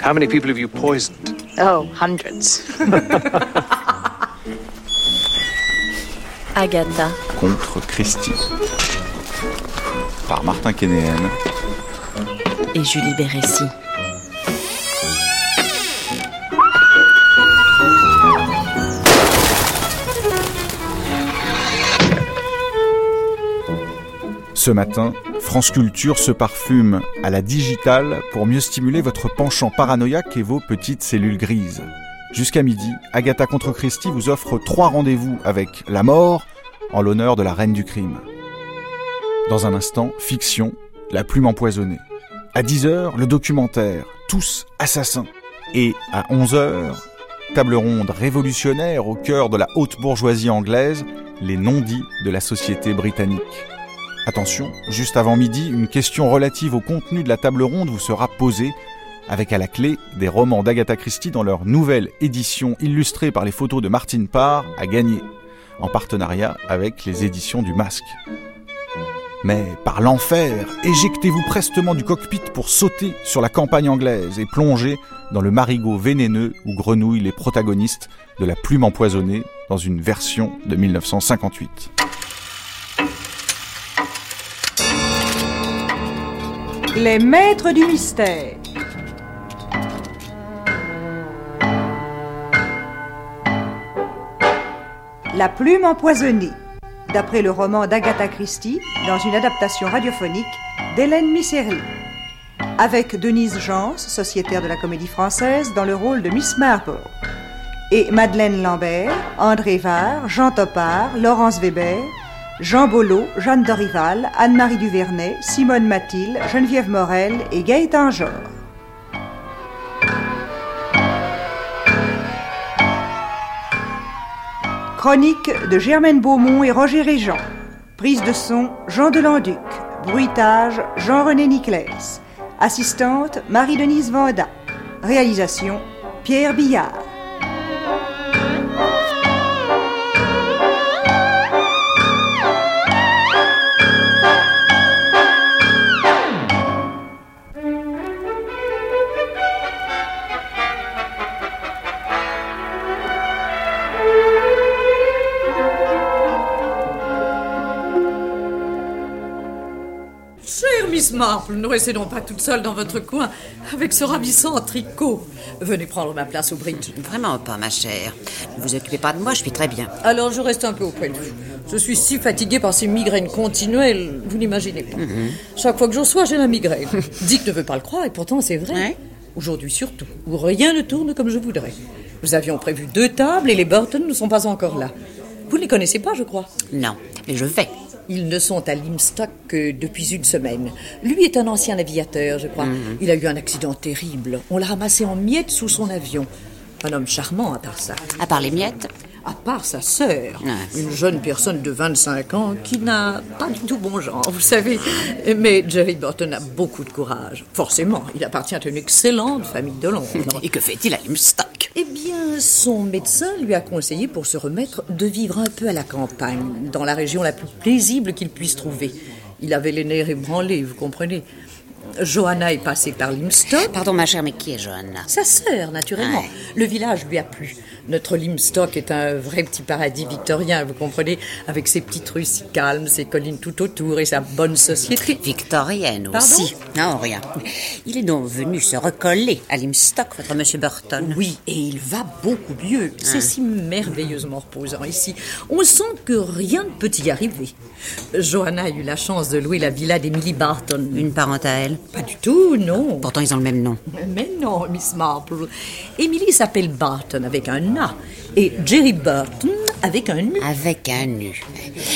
How many people have you poisoned? Oh, hundreds. Agatha, contre Christie. Par Martin Kénéen. et Julie Bérécy. Ce matin, France Culture se parfume à la digitale pour mieux stimuler votre penchant paranoïaque et vos petites cellules grises. Jusqu'à midi, Agatha contre Christie vous offre trois rendez-vous avec la mort en l'honneur de la reine du crime. Dans un instant, fiction, la plume empoisonnée. À 10h, le documentaire, tous assassins. Et à 11h, table ronde révolutionnaire au cœur de la haute bourgeoisie anglaise, les non-dits de la société britannique. Attention, juste avant midi, une question relative au contenu de la table ronde vous sera posée, avec à la clé des romans d'Agatha Christie dans leur nouvelle édition illustrée par les photos de Martine Parr à gagner, en partenariat avec les éditions du Masque. Mais par l'enfer, éjectez-vous prestement du cockpit pour sauter sur la campagne anglaise et plonger dans le marigot vénéneux où grenouillent les protagonistes de la plume empoisonnée dans une version de 1958. Les maîtres du mystère. La plume empoisonnée, d'après le roman d'Agatha Christie, dans une adaptation radiophonique d'Hélène Misery. Avec Denise Jans, sociétaire de la Comédie Française, dans le rôle de Miss Marple. Et Madeleine Lambert, André Var, Jean Topard, Laurence Weber, Jean Bollot, Jeanne Dorival, Anne-Marie Duvernay, Simone Mathilde, Geneviève Morel et Gaëtan Jor. Chronique de Germaine Beaumont et Roger Régent. Prise de son, Jean Delanduc. Bruitage, Jean-René Niclès. Assistante, Marie-Denise Vanda. Réalisation, Pierre Billard. Chère Miss Marple, ne restez donc pas toute seule dans votre coin avec ce ravissant tricot. Venez prendre ma place au bridge. Vraiment pas, ma chère. Ne vous occupez pas de moi, Ah, je suis très bien. Alors je reste un peu au point de vue. Je suis si fatiguée par ces migraines continuelles, vous n'imaginez pas. Chaque fois que j'en sois, j'ai la migraine. Dick ne veut pas le croire et pourtant c'est vrai. Ouais. Aujourd'hui surtout, où rien ne tourne comme je voudrais. Nous avions prévu deux tables et les Burton ne sont pas encore là. Vous ne les connaissez pas, je crois. Non, mais je vais. Ils ne sont à Limstock que depuis une semaine. Lui est un ancien aviateur, je crois. Mhm. Il a eu un accident terrible. On l'a ramassé en miettes sous son avion. Un homme charmant à part ça. À part les miettes, À part sa sœur, Ouais. une jeune personne de 25 ans qui n'a pas du tout bon genre, vous savez. Mais Jerry Burton a beaucoup de courage. Forcément, il appartient à une excellente famille de Londres. et que fait-il à Limstock Eh bien, son médecin lui a conseillé pour se remettre de vivre un peu à la campagne, dans la région la plus paisible qu'il puisse trouver. Il avait les nerfs ébranlés, vous comprenez. Johanna est passée par Limstock. Pardon, ma chère, mais qui est jeune Sa sœur, naturellement. Ouais. Le village lui a plu. Notre Limstock est un vrai petit paradis victorien, vous comprenez, avec ses petites rues si calmes, ses collines tout autour et sa bonne société. Victorienne Pardon aussi. Non, rien. Il est donc venu se recoller à Limstock, votre monsieur Burton. Ah. Oui, et il va beaucoup mieux. C'est si merveilleusement reposant ici. On sent que rien ne peut y arriver. Johanna a eu la chance de louer la villa d'Emily Barton. Une parente à elle. Pas du tout, non. Pourtant, ils ont le même nom. Mais non, Miss Marple. Emily s'appelle Barton avec un A et Jerry Burton avec un U. Avec un nu.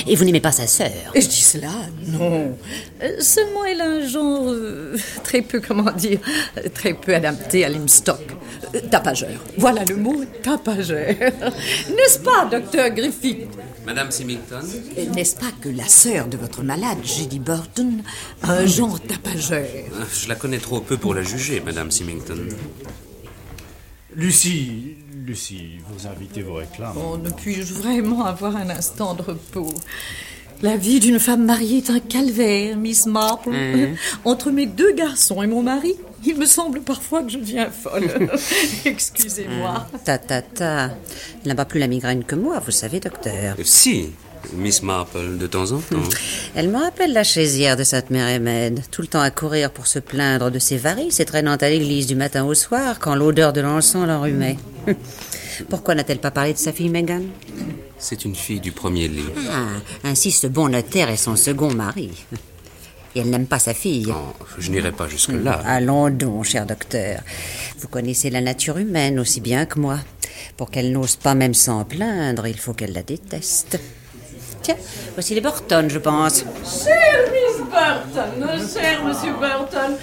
Et vous n'aimez pas sa sœur Et je dis cela, non. Euh, Seulement, elle a un genre euh, très peu, comment dire, euh, très peu adapté à l'imstock. Euh, Tapageur. Voilà le mot, tapageur. N'est-ce pas, docteur Griffith Madame Symington Euh, N'est-ce pas que la sœur de votre malade, Judy Burton, a un genre tapageur Euh, Je la connais trop peu pour la juger, Madame Symington. Lucie, Lucie, vos invités vous réclament. Oh, ne puis-je vraiment avoir un instant de repos La vie d'une femme mariée est un calvaire, Miss Marple. Entre mes deux garçons et mon mari, il me semble parfois que je deviens folle. Excusez-moi. Ta ta ta. Il n'a pas plus la migraine que moi, vous savez, docteur. Euh, Si, Miss Marple, de temps en temps. Elle me rappelle la chaisière de Sainte-Mère-et-Mède, tout le temps à courir pour se plaindre de ses varices et traînant à l'église du matin au soir quand l'odeur de l'encens l'enrhumait. Pourquoi n'a-t-elle pas parlé de sa fille Meghan C'est une fille du premier lit. Ah, ainsi ce bon notaire est son second mari. Et elle n'aime pas sa fille. Non, Oh, je n'irai pas jusque-là. Mhm. Allons donc, cher docteur. Vous connaissez la nature humaine aussi bien que moi. Pour qu'elle n'ose pas même s'en plaindre, il faut qu'elle la déteste. Tiens, voici les Burton, je pense. Cher Miss Burton, cher Monsieur Burton,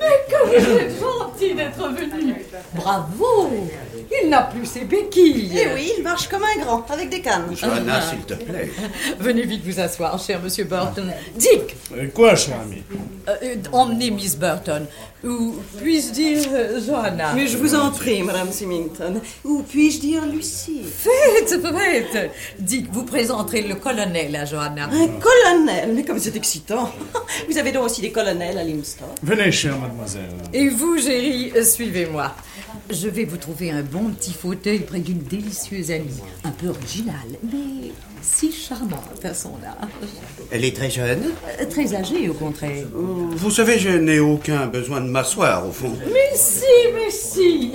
mais comme vous êtes gentil d'être venu. Bravo Il n'a plus ses béquilles. Eh oui, il marche comme un grand, avec des cannes. Johanna, s'il te plaît. Venez vite vous asseoir, cher monsieur Burton. Dick, Euh, Quoi, cher ami euh, euh, emmenez Miss Burton. Ou puis-je dire euh, Johanna Mais je vous en prie, Madame Symington. Ou puis-je dire Lucie Faites, faites Dick, vous présenterez le colonel à Johanna. Un colonel Mais comme c'est excitant Vous avez donc aussi des colonels à Limstock Venez, chère mademoiselle. Et vous, Géry, euh, suivez-moi. Je vais vous trouver un bon petit fauteuil près d'une délicieuse amie. Un peu originale, mais si charmante à son âge. Elle est très jeune. Euh, Très âgée, au contraire. Oh, Vous savez, je n'ai aucun besoin de m'asseoir, au fond. Mais si, mais si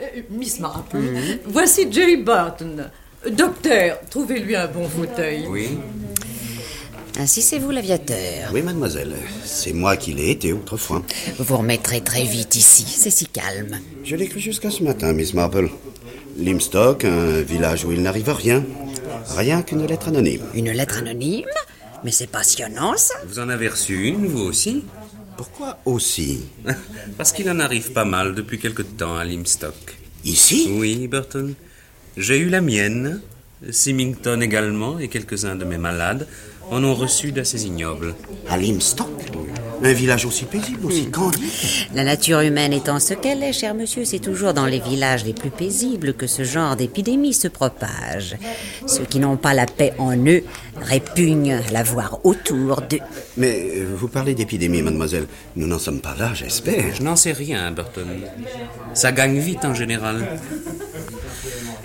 Euh, Miss Marple, voici Jerry Burton. Docteur, trouvez-lui un bon fauteuil. Oui, Ainsi c'est vous, l'aviateur. Oui, mademoiselle. C'est moi qui l'ai été autrefois. Vous vous remettrez très vite ici, c'est si calme. Je l'ai cru jusqu'à ce matin, Miss Marple. Limstock, un village où il n'arrive rien. Rien qu'une lettre anonyme. Une lettre anonyme Mais c'est passionnant, ça vous en avez reçu une, vous aussi Pourquoi aussi Parce qu'il en arrive pas mal depuis quelque temps à Limstock. Ici Oui, Burton. J'ai eu la mienne. Symington également et quelques-uns de mes malades en ont reçu d'assez ignobles. À Limstock Un village aussi paisible, aussi candide. La nature humaine étant ce qu'elle est, cher monsieur, c'est toujours dans les villages les plus paisibles que ce genre d'épidémie se propage. Ceux qui n'ont pas la paix en eux répugnent à la voir autour d'eux. Mais euh, vous parlez d'épidémie, mademoiselle. Nous n'en sommes pas là, j'espère. Je n'en sais rien, Burton. Ça gagne vite en général.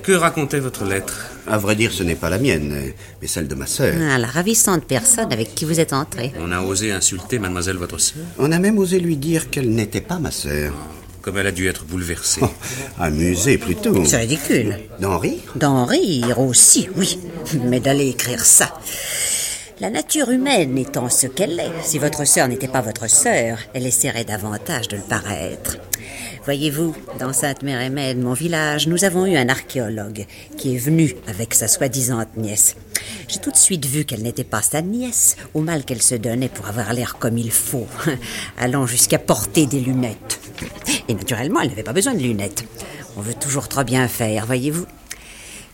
Que racontait votre lettre À vrai dire, ce n'est pas la mienne, euh, mais celle de ma sœur. Ah, la ravissante personne avec qui vous êtes entré. On a osé insulter mademoiselle votre sœur On a même osé lui dire qu'elle n'était pas ma sœur. Ah, Comme elle a dû être bouleversée. Oh, amusée plutôt. C'est ridicule. D'en rire D'en rire aussi, oui, mais d'aller écrire ça. La nature humaine étant ce qu'elle est, si votre sœur n'était pas votre sœur, elle essaierait davantage de le paraître. Voyez-vous, dans Sainte-Mère-et-Mède, mon village, nous avons eu un archéologue qui est venu avec sa soi-disante nièce. J'ai tout de suite vu qu'elle n'était pas sa nièce, au mal qu'elle se donnait pour avoir l'air comme il faut, allant jusqu'à porter des lunettes. Et naturellement, elle n'avait pas besoin de lunettes. On veut toujours trop bien faire, voyez-vous.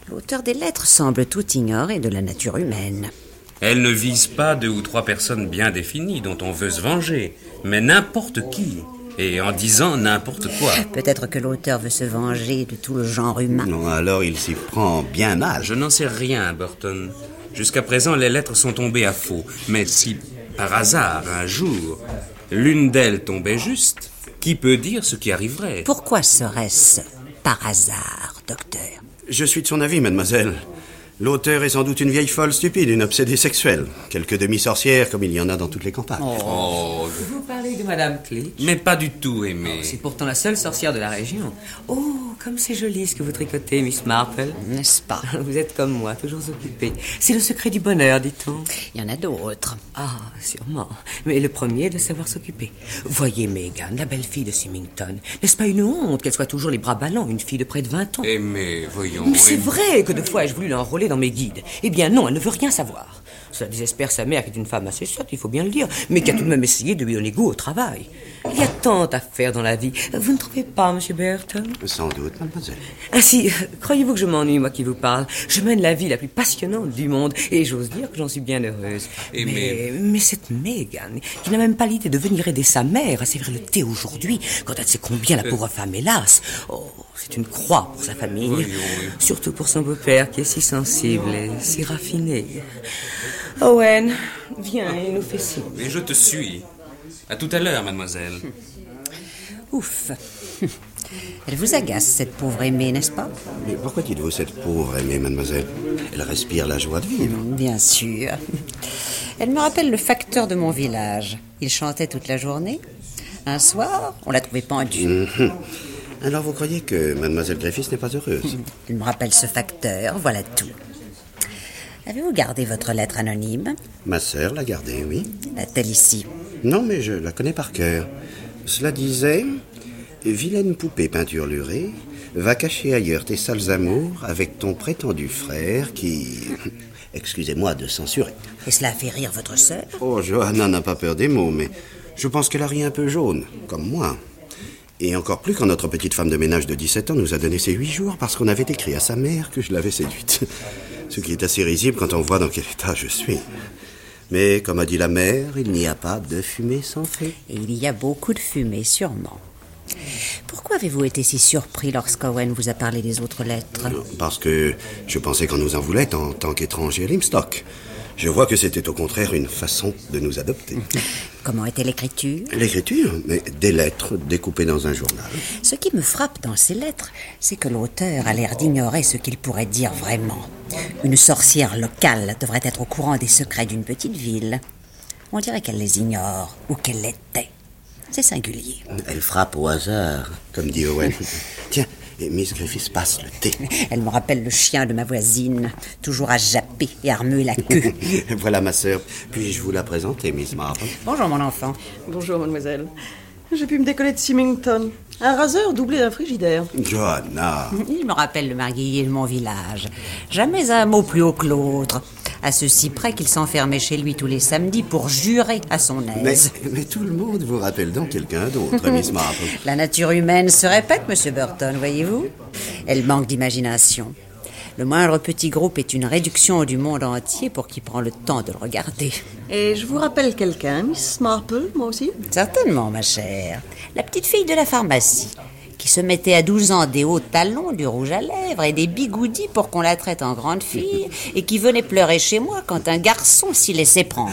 L'auteur des lettres semble tout ignorer de la nature humaine. Elle ne vise pas deux ou trois personnes bien définies dont on veut se venger, mais n'importe qui, et en disant n'importe quoi. Peut-être que l'auteur veut se venger de tout le genre humain. Non, alors il s'y prend bien mal. Je n'en sais rien, Burton. Jusqu'à présent, les lettres sont tombées à faux. Mais si, par hasard, un jour, l'une d'elles tombait juste, qui peut dire ce qui arriverait Pourquoi serait-ce par hasard, docteur Je suis de son avis, mademoiselle. L'auteur est sans doute une vieille folle stupide, une obsédée sexuelle. Quelques demi-sorcières, comme il y en a dans toutes les campagnes. Oh, Vous parlez de Madame Clé mais pas du tout aimé. C'est pourtant la seule sorcière de la région. Oh, comme c'est joli ce que vous tricotez, Miss Marple. N'est-ce pas Vous êtes comme moi, toujours occupée. C'est le secret du bonheur, dit-on. Il y en a d'autres. Ah, sûrement. Mais le premier est de savoir s'occuper. Voyez Megan, la belle-fille de Symington. N'est-ce pas une honte qu'elle soit toujours les bras ballants, une fille de près de 20 ans Aimé, Eh, voyons. eh, Mais c'est aimé. vrai que deux fois ai-je voulu l'enrôler dans mes guides. Eh bien non, elle ne veut rien savoir. Cela désespère sa mère, qui est une femme assez sotte, il faut bien le dire, mais qui a tout de même essayé de lui donner goût au travail. Il y a tant à faire dans la vie. Vous ne trouvez pas, Monsieur Burton Sans doute, mademoiselle. Ainsi, croyez-vous que je m'ennuie, moi qui vous parle Je mène la vie la plus passionnante du monde, et j'ose dire que j'en suis bien heureuse. Et mais... mais cette Megan, qui n'a même pas l'idée de venir aider sa mère à servir le thé aujourd'hui, quand elle sait combien la pauvre femme, hélas Oh, c'est une croix pour sa famille. Voyons, oui. Surtout pour son beau-père qui est si sensible et si raffiné. Owen, viens, il nous fait signe. Mais je te suis. À tout à l'heure, mademoiselle. Ouf. Elle vous agace, cette pauvre aimée, n'est-ce pas Mais pourquoi dites-vous cette pauvre aimée, mademoiselle Elle respire la joie de vivre. Mm, Bien sûr. Elle me rappelle le facteur de mon village. Il chantait toute la journée. Un soir, on l'a trouvé pendu. Mhm. Alors vous croyez que mademoiselle Griffiths n'est pas heureuse Il me rappelle ce facteur, voilà tout. Avez-vous gardé votre lettre anonyme Ma sœur l'a gardée, oui. La-t-elle ici Non, mais je la connais par cœur. Cela disait Vilaine poupée peinturlurée, va cacher ailleurs tes sales amours avec ton prétendu frère qui. Excusez-moi de censurer. Et cela a fait rire votre sœur Oh, Johanna n'a pas peur des mots, mais je pense qu'elle a rien un peu jaune, comme moi. Et encore plus quand notre petite femme de ménage de 17 ans nous a donné ses huit jours parce qu'on avait écrit à sa mère que je l'avais séduite. Ce qui est assez risible quand on voit dans quel état je suis. Mais comme a dit la mère, il n'y a pas de fumée sans feu. Et il y a beaucoup de fumée, sûrement. Pourquoi avez-vous été si surpris lorsqu'Owen vous a parlé des autres lettres Parce que je pensais qu'on nous en voulait en tant qu'étrangers à Limstock. Je vois que c'était au contraire une façon de nous adopter. Comment était l'écriture L'écriture, mais des lettres découpées dans un journal. Ce qui me frappe dans ces lettres, c'est que l'auteur a l'air d'ignorer ce qu'il pourrait dire vraiment. Une sorcière locale devrait être au courant des secrets d'une petite ville. On dirait qu'elle les ignore, ou qu'elle l'était. C'est singulier. Elle frappe au hasard, comme dit Owen. Tiens, et Miss Griffiths passe le thé. Elle me rappelle le chien de ma voisine, toujours à japper et à remuer la queue. voilà ma sœur. Puis-je vous la présenter, Miss Marple Bonjour mon enfant. Bonjour, mademoiselle. J'ai pu me décoller de Symington. Un raseur doublé d'un frigidaire. Johanna Il me rappelle le marguillier de mon village. Jamais un mot plus haut que l'autre. À ceci près qu'il s'enfermait chez lui tous les samedis pour jurer à son mais, aise. mais tout le monde vous rappelle donc quelqu'un d'autre, Miss Marple. La nature humaine se répète, monsieur Burton, voyez-vous Elle manque d'imagination. Le moindre petit groupe est une réduction du monde entier pour qui prend le temps de le regarder. Et je vous rappelle quelqu'un, Miss Marple, moi aussi Certainement, ma chère. La petite fille de la pharmacie, qui se mettait à 12 ans des hauts talons, du rouge à lèvres et des bigoudis pour qu'on la traite en grande fille, et qui venait pleurer chez moi quand un garçon s'y laissait prendre.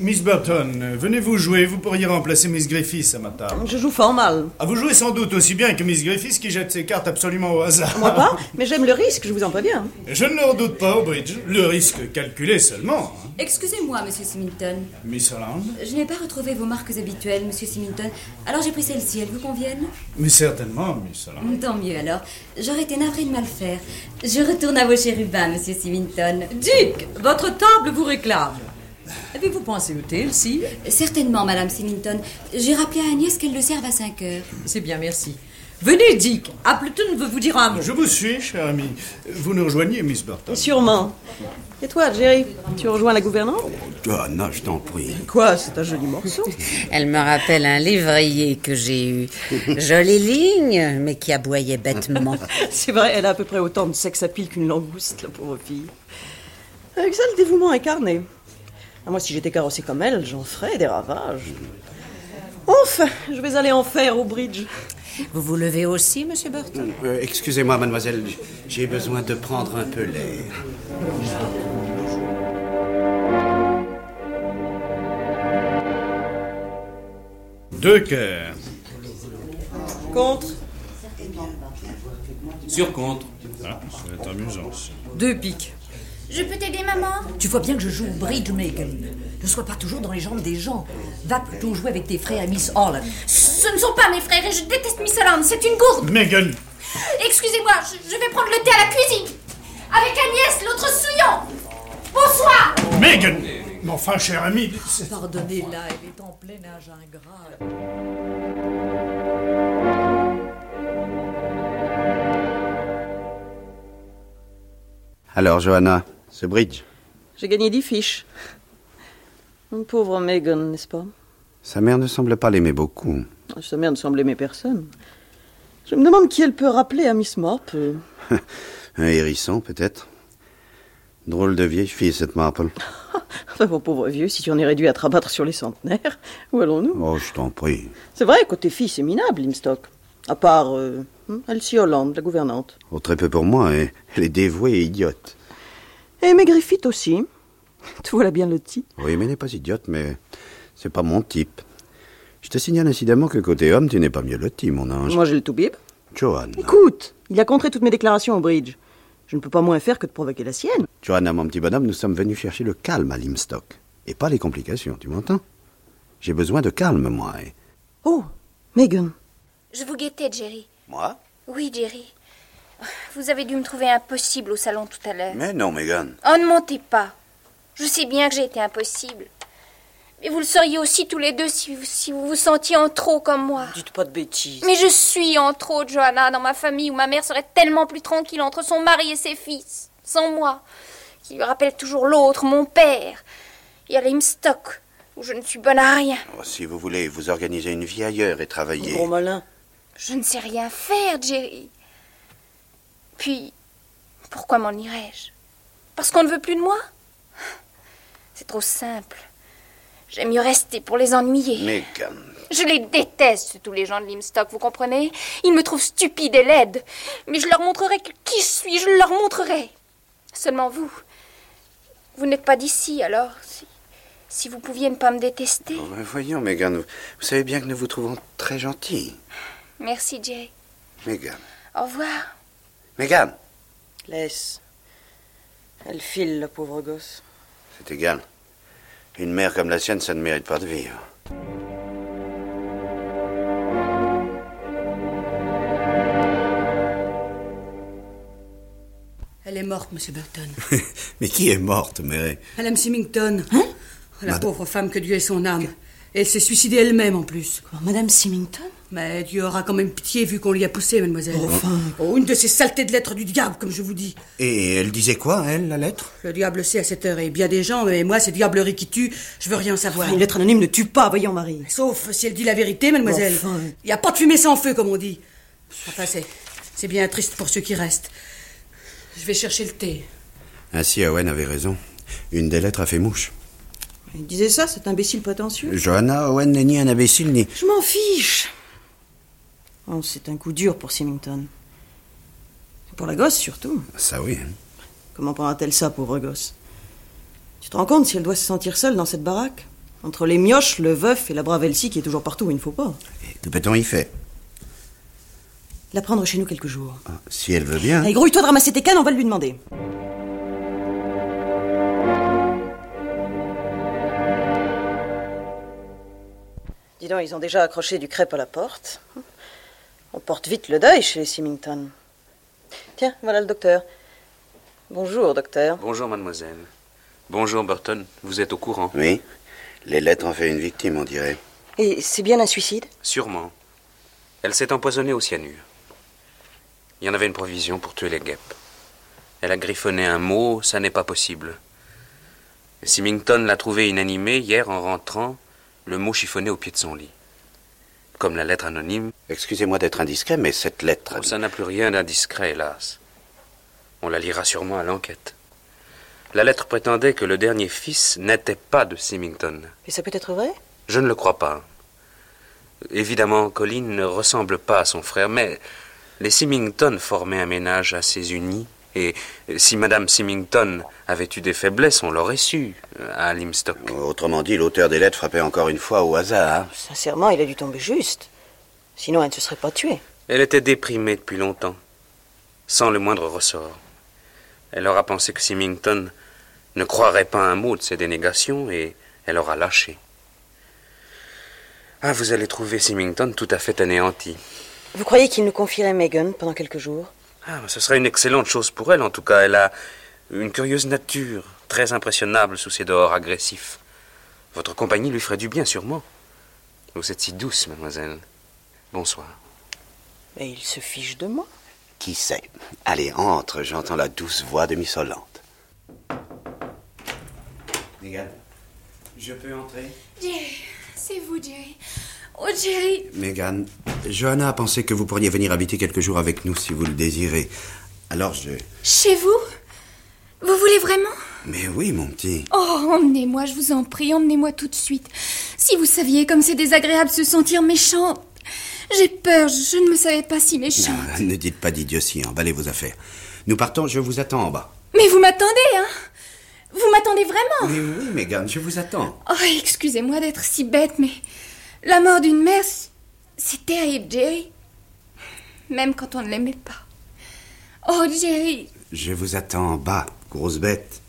Miss Burton, euh, venez vous jouer, vous pourriez remplacer Miss Griffiths ce matin. Je joue fort mal. Ah, vous jouez sans doute aussi bien que Miss Griffiths qui jette ses cartes absolument au hasard. Moi pas, mais j'aime le risque, je vous en préviens. Je ne le redoute pas au bridge, le risque calculé seulement. Excusez-moi, monsieur Simington. Miss Holland Je n'ai pas retrouvé vos marques habituelles, monsieur Simington. Alors j'ai pris celle-ci, elles vous conviennent Mais certainement, Miss Holland. Tant mieux alors. J'aurais été navrée de mal faire. Je retourne à vos chérubins, monsieur Simington. Dick, votre table vous réclame. Avez-vous pensé au thé, si Certainement, madame Simington. J'ai rappelé à Agnès qu'elle le serve à 5 heures. C'est bien, merci. Venez, Dick. Appleton veut vous dire un mot. Je vous suis, cher ami. Vous nous rejoignez, Miss Burton. Sûrement. Et toi, Jerry, tu rejoins la gouvernante Johanna, je t'en prie. Quoi, c'est un joli morceau. Elle me rappelle un lévrier que j'ai eu. Jolie ligne, mais qui aboyait bêtement. C'est vrai, elle a à peu près autant de sexe à pile qu'une langouste, la pauvre fille. Avec ça, le dévouement incarné. Ah, moi, si j'étais carrossée comme elle, j'en ferais des ravages. Enfin, je vais aller en faire au bridge. Vous vous levez aussi, monsieur Burton Euh, Excusez-moi, mademoiselle, j'ai besoin de prendre un peu l'air. Deux cœurs. Contre Sur contre. Voilà, Ah, c'est amusant. ça. Deux piques. Je peux t'aider, maman Tu vois bien que je joue au bridge, Megan. Ne sois pas toujours dans les jambes des gens. Va plutôt jouer avec tes frères à Miss Holland. Ce ne sont pas mes frères et je déteste Miss Holland. C'est une gourde. Megan Excusez-moi, je, je vais prendre le thé à la cuisine. Avec Agnès, l'autre souillon. Bonsoir. Megan Mais enfin, cher ami, c'est- Pardonnez-la, elle est en plein âge ingrat. Alors, Johanna, ce bridge, J'ai gagné 10 fiches. Une pauvre Megan, n'est-ce pas sa mère ne semble pas l'aimer beaucoup. Sa mère ne semble aimer personne. Je me demande qui elle peut rappeler à Miss Marple. Un hérisson, peut-être Drôle de vieille fille, cette Marple. Enfin, mon pauvre vieux, si tu en es réduit à te rabattre sur les centenaires, où allons-nous Oh, je t'en prie. C'est vrai, côté fille, c'est minable, Limstock. À part euh, hmm, Elsie Holland, la gouvernante. Oh, très peu pour moi, hein. elle est dévouée et idiote. Et mes Griffith aussi. Tu voilà bien le type. Oui, mais n'est pas idiote, mais c'est pas mon type. Je te signale incidemment que côté homme, tu n'es pas mieux loti, mon ange. Moi, j'ai le toubib. Johan. Écoute, il a contré toutes mes déclarations au bridge. Je ne peux pas moins faire que de provoquer la sienne. Johanna, mon petit bonhomme, nous sommes venus chercher le calme à Limstock. Et pas les complications, tu m'entends J'ai besoin de calme, moi. hein. et- Oh, Megan. Je vous guettais, Jerry. Moi Oui, Jerry. Vous avez dû me trouver impossible au salon tout à l'heure. Mais non, Megan. Oh, ne mentez pas. Je sais bien que j'ai été impossible. Mais vous le seriez aussi tous les deux si vous, si vous vous sentiez en trop comme moi. Dites pas de bêtises. Mais je suis en trop, Johanna, dans ma famille où ma mère serait tellement plus tranquille entre son mari et ses fils, sans moi, qui lui rappelle toujours l'autre, mon père. Et à Limstock, où je ne suis bonne à rien. Oh, si vous voulez vous organiser une vie ailleurs et travailler. Gros malin. Je ne sais rien faire, Jerry. Puis, pourquoi m'en irais-je Parce qu'on ne veut plus de moi C'est trop simple. J'aime mieux rester pour les ennuyer. Megan. Je les déteste, tous les gens de Limstock, vous comprenez Ils me trouvent stupide et laide. Mais je leur montrerai que- qui je suis, je leur montrerai. Seulement vous. Vous n'êtes pas d'ici, alors si, si vous pouviez ne pas me détester. Oh, mais voyons, Megan, vous, vous savez bien que nous vous trouvons très gentil. Merci, Jerry. Megan. Au revoir. Megan Laisse. Elle file, la pauvre gosse. C'est égal. Une mère comme la sienne, ça ne mérite pas de vivre. Elle est morte, Monsieur Burton. Mais qui est morte, Mary Madame Symington. Hein La Madame- pauvre femme que Dieu ait son âme. Et elle s'est suicidée elle-même en plus. Madame Symington Mais Dieu aura quand même pitié vu qu'on l'y a poussée, mademoiselle. Enfin. Oh, une de ces saletés de lettres du diable, comme je vous dis. Et elle disait quoi, elle, la lettre Le diable sait à cette heure et bien des gens, mais moi, ces diableries qui tuent, je veux rien savoir. Une lettre anonyme ne tue pas, voyons, Marie. Sauf si elle dit la vérité, mademoiselle. Enfin. Il n'y a pas de fumée sans feu, comme on dit. Enfin, c'est, c'est bien triste pour ceux qui restent. Je vais chercher le thé. Ainsi, Ah, Owen avait raison. Une des lettres a fait mouche. Il disait ça, cet imbécile prétentieux. Johanna Owen n'est ni un imbécile, ni... Je m'en fiche. Oh, c'est un coup dur pour Symington. Pour la gosse, surtout. Ça oui. Comment prendra-t-elle ça, pauvre gosse Tu te rends compte si elle doit se sentir seule dans cette baraque Entre les mioches, le veuf et la brave Elsie qui est toujours partout où il ne faut pas. Que peut-on y faire La prendre chez nous quelques jours. Si elle veut bien. Allez, grouille-toi de ramasser tes cannes, on va lui demander. Dis donc, ils ont déjà accroché du crêpe à la porte. On porte vite le deuil chez les Symington. Tiens, voilà le docteur. Bonjour, docteur. Bonjour, mademoiselle. Bonjour, Burton. Vous êtes au courant Oui. Les lettres ont fait une victime, on dirait. Et c'est bien un suicide Sûrement. Elle s'est empoisonnée au cyanure. Il y en avait une provision pour tuer les guêpes. Elle a griffonné un mot, ça n'est pas possible. Symington l'a trouvée inanimée hier en rentrant, le mot chiffonné au pied de son lit. Comme la lettre anonyme. Oh, Excusez-moi d'être indiscret, mais cette lettre. ça n'a plus rien d'indiscret, hélas. On la lira sûrement à l'enquête. La lettre prétendait que le dernier fils n'était pas de Symington. Et ça peut être vrai Je ne le crois pas. Évidemment, Colin ne ressemble pas à son frère, mais les Symington formaient un ménage assez uni, et si Madame Symington avait eu des faiblesses, on l'aurait su euh, à Limstock. Autrement dit, l'auteur des lettres frappait encore une fois au hasard. hein. Sincèrement, il a dû tomber juste. Sinon, elle ne se serait pas tuée. Elle était déprimée depuis longtemps, sans le moindre ressort. Elle aura pensé que Symington ne croirait pas un mot de ses dénégations, et elle aura lâché. Ah, vous allez trouver Symington tout à fait anéanti. Vous croyez qu'il nous confierait Megan pendant quelques jours Ah, mais ce serait une excellente chose pour elle, en tout cas. Elle a une curieuse nature, très impressionnable sous ses dehors agressifs. Votre compagnie lui ferait du bien, sûrement. Vous êtes si douce, mademoiselle. Bonsoir. Mais il se fiche de moi. Qui sait Allez, entre, j'entends la douce voix de Miss Hollande. Megan. Je peux entrer Jerry, c'est vous, Jerry. Oh, Jerry, Megan, Johanna a pensé que vous pourriez venir habiter quelques jours avec nous si vous le désirez. Alors je. chez vous Vous voulez vraiment Mais oui, mon petit. Oh, emmenez-moi, je vous en prie, emmenez-moi tout de suite. Si vous saviez comme c'est désagréable de se sentir méchante. J'ai peur, je ne me savais pas si méchante. Ah, ne dites pas d'idiotie, emballez vos affaires. Nous partons, je vous attends en bas. Mais vous m'attendez, hein Vous m'attendez vraiment Mais oui, Megan, je vous attends. Oh, excusez-moi d'être si bête, mais la mort d'une mère, c- c'est terrible, Jerry. Même quand on ne l'aimait pas. Oh, Jerry, Je vous attends en bas, grosse bête.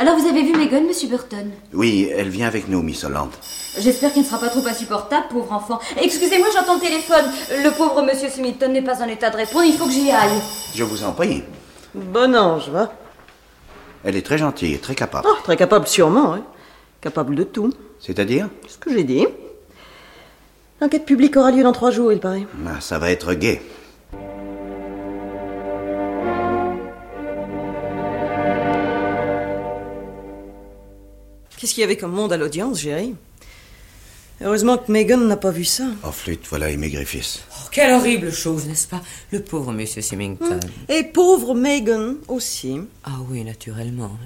Alors vous avez vu Megan, monsieur Burton Oui, elle vient avec nous, Miss Hollande. J'espère qu'elle ne sera pas trop insupportable, pauvre enfant. Excusez-moi, j'entends le téléphone. Le pauvre monsieur Smithton n'est pas en état de répondre, il faut que j'y aille. Je vous en prie. Bon ange, hein. va. Elle est très gentille et très capable. Ah, très capable sûrement, hein. Capable de tout. C'est-à-dire C'est ce que j'ai dit. L'enquête publique aura lieu dans trois jours, il paraît. Ah, Ça va être gai. Qu'est-ce qu'il y avait comme monde à l'audience, Jerry Heureusement que Megan n'a pas vu ça. Oh, flûte, voilà Aimé Griffiths. Oh, Quelle horrible chose, n'est-ce pas Le pauvre monsieur Symington. Hmm. Et pauvre Megan aussi. Ah oui, naturellement.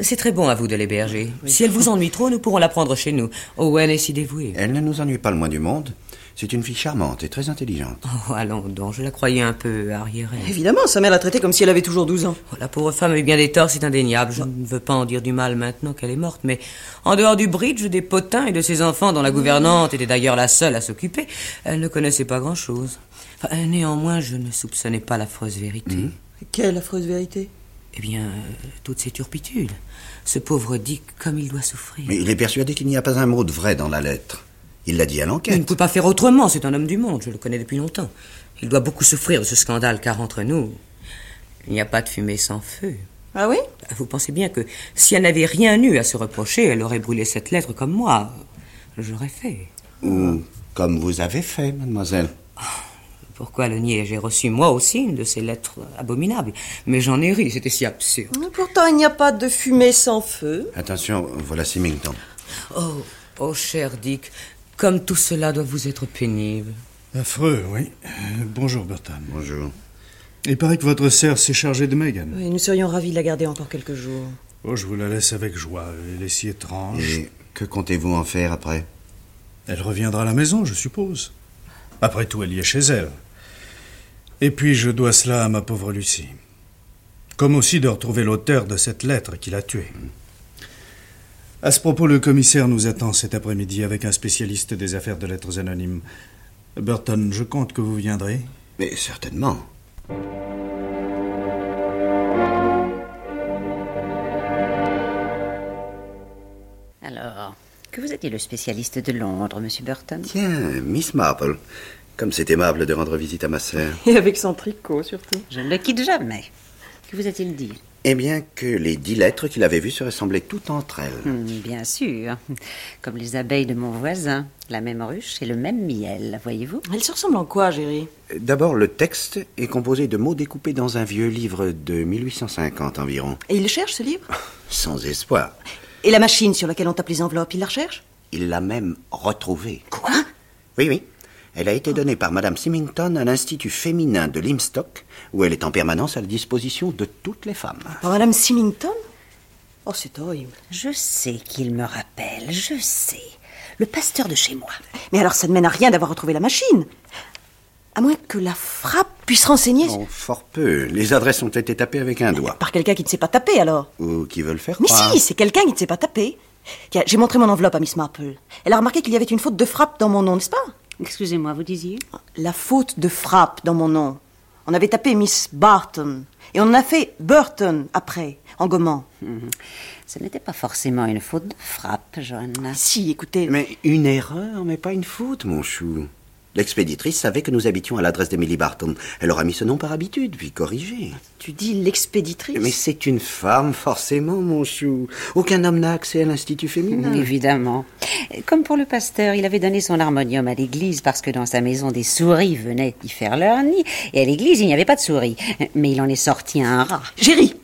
C'est très bon à vous de l'héberger. Si elle vous ennuie trop, nous pourrons la prendre chez nous. Owen est si dévouée. Elle ne nous ennuie pas le moins du monde. C'est une fille charmante et très intelligente. Oh, allons donc, je la croyais un peu arriérée. Évidemment, sa mère l'a traitée comme si elle avait toujours 12 ans. Oh, La pauvre femme a eu bien des torts, c'est indéniable. Je ne veux pas en dire du mal maintenant qu'elle est morte, mais en dehors du bridge, des potins et de ses enfants dont la gouvernante était d'ailleurs la seule à s'occuper, elle ne connaissait pas grand-chose. Enfin, néanmoins, je ne soupçonnais pas l'affreuse vérité. Hmm. Quelle affreuse vérité. Eh bien, euh, toutes ces turpitudes. Ce pauvre Dick, comme il doit souffrir. Mais il est persuadé qu'il n'y a pas un mot de vrai dans la lettre. Il l'a dit à Il ne l'enquête. peut pas faire autrement, c'est un homme du monde, je le connais depuis longtemps. Il doit beaucoup souffrir de ce scandale, car entre nous, il n'y a pas de fumée sans feu. Ah oui Vous pensez bien que si elle n'avait rien eu à se reprocher, elle aurait brûlé cette lettre comme moi. J'aurais fait. Ou comme vous avez fait, mademoiselle. Pourquoi le nier J'ai reçu moi aussi une de ces lettres abominables. Mais j'en ai ri, c'était si absurde. Pourtant, il n'y a pas de fumée sans feu. Attention, voilà Symington. Oh, oh cher Dick, comme tout cela doit vous être pénible. Affreux, oui. Euh, bonjour, Burton. Bonjour. Il paraît que votre sœur s'est chargée de Megan. Oui, nous serions ravis de la garder encore quelques jours. Oh, je vous la laisse avec joie. Elle est si étrange. Et que comptez-vous en faire après Elle reviendra à la maison, je suppose. Après tout, elle y est chez elle. Et puis, je dois cela à ma pauvre Lucie. Comme aussi de retrouver l'auteur de cette lettre qui l'a tuée. À ce propos, le commissaire nous attend cet après-midi avec un spécialiste des affaires de lettres anonymes. Burton, je compte que vous viendrez. Mais certainement. Alors, que vous étiez le spécialiste de Londres, monsieur Burton Tiens, Miss Marple. Comme c'est aimable de rendre visite à ma sœur. Et avec son tricot, surtout. Je ne le quitte jamais. Que vous a-t-il dit Eh bien, que les dix lettres qu'il avait vues se ressemblaient toutes entre elles. Hmm, Bien sûr. Comme les abeilles de mon voisin. La même ruche et le même miel, voyez-vous Elle se ressemble en quoi, Géry D'abord, le texte est composé de mots découpés dans un vieux livre de 1850 environ. Et il cherche ce livre Sans espoir. Et la machine sur laquelle on tape les enveloppes, il la recherche Il l'a même retrouvée. Quoi Oui, oui. Elle a été donnée par Madame Symington à l'Institut féminin de Limstock, où elle est en permanence à la disposition de toutes les femmes. Par Madame Symington Oh, c'est horrible. Je sais qu'il me rappelle, je sais. Le pasteur de chez moi. Mais alors, ça ne mène à rien d'avoir retrouvé la machine. À moins que la frappe puisse renseigner Oh, fort peu. Les adresses ont été tapées avec un doigt. par quelqu'un qui ne sait pas taper, alors. Ou qui veulent faire Mais croire. si, c'est quelqu'un qui ne sait pas taper. Tiens, j'ai montré mon enveloppe à Miss Marple. Elle a remarqué qu'il y avait une faute de frappe dans mon nom, n'est-ce pas Excusez-moi, vous disiez La faute de frappe dans mon nom. On avait tapé Miss Barton. Et on en a fait Burton après, en gommant. Hmm. Ce n'était pas forcément une faute de frappe, Johanna. Si, écoutez. Mais une erreur, mais pas une faute, mon chou. L'expéditrice savait que nous habitions à l'adresse d'Emily Barton. Elle aura mis ce nom par habitude, puis corrigé. Tu dis l'expéditrice Mais c'est une femme, forcément, mon chou. Aucun homme n'a accès à l'Institut Mmh. féminin. Mmh, Évidemment. Comme pour le pasteur, il avait donné son harmonium à l'église parce que dans sa maison des souris venaient y faire leur nid, et à l'église il n'y avait pas de souris. Mais il en est sorti un rat. Géry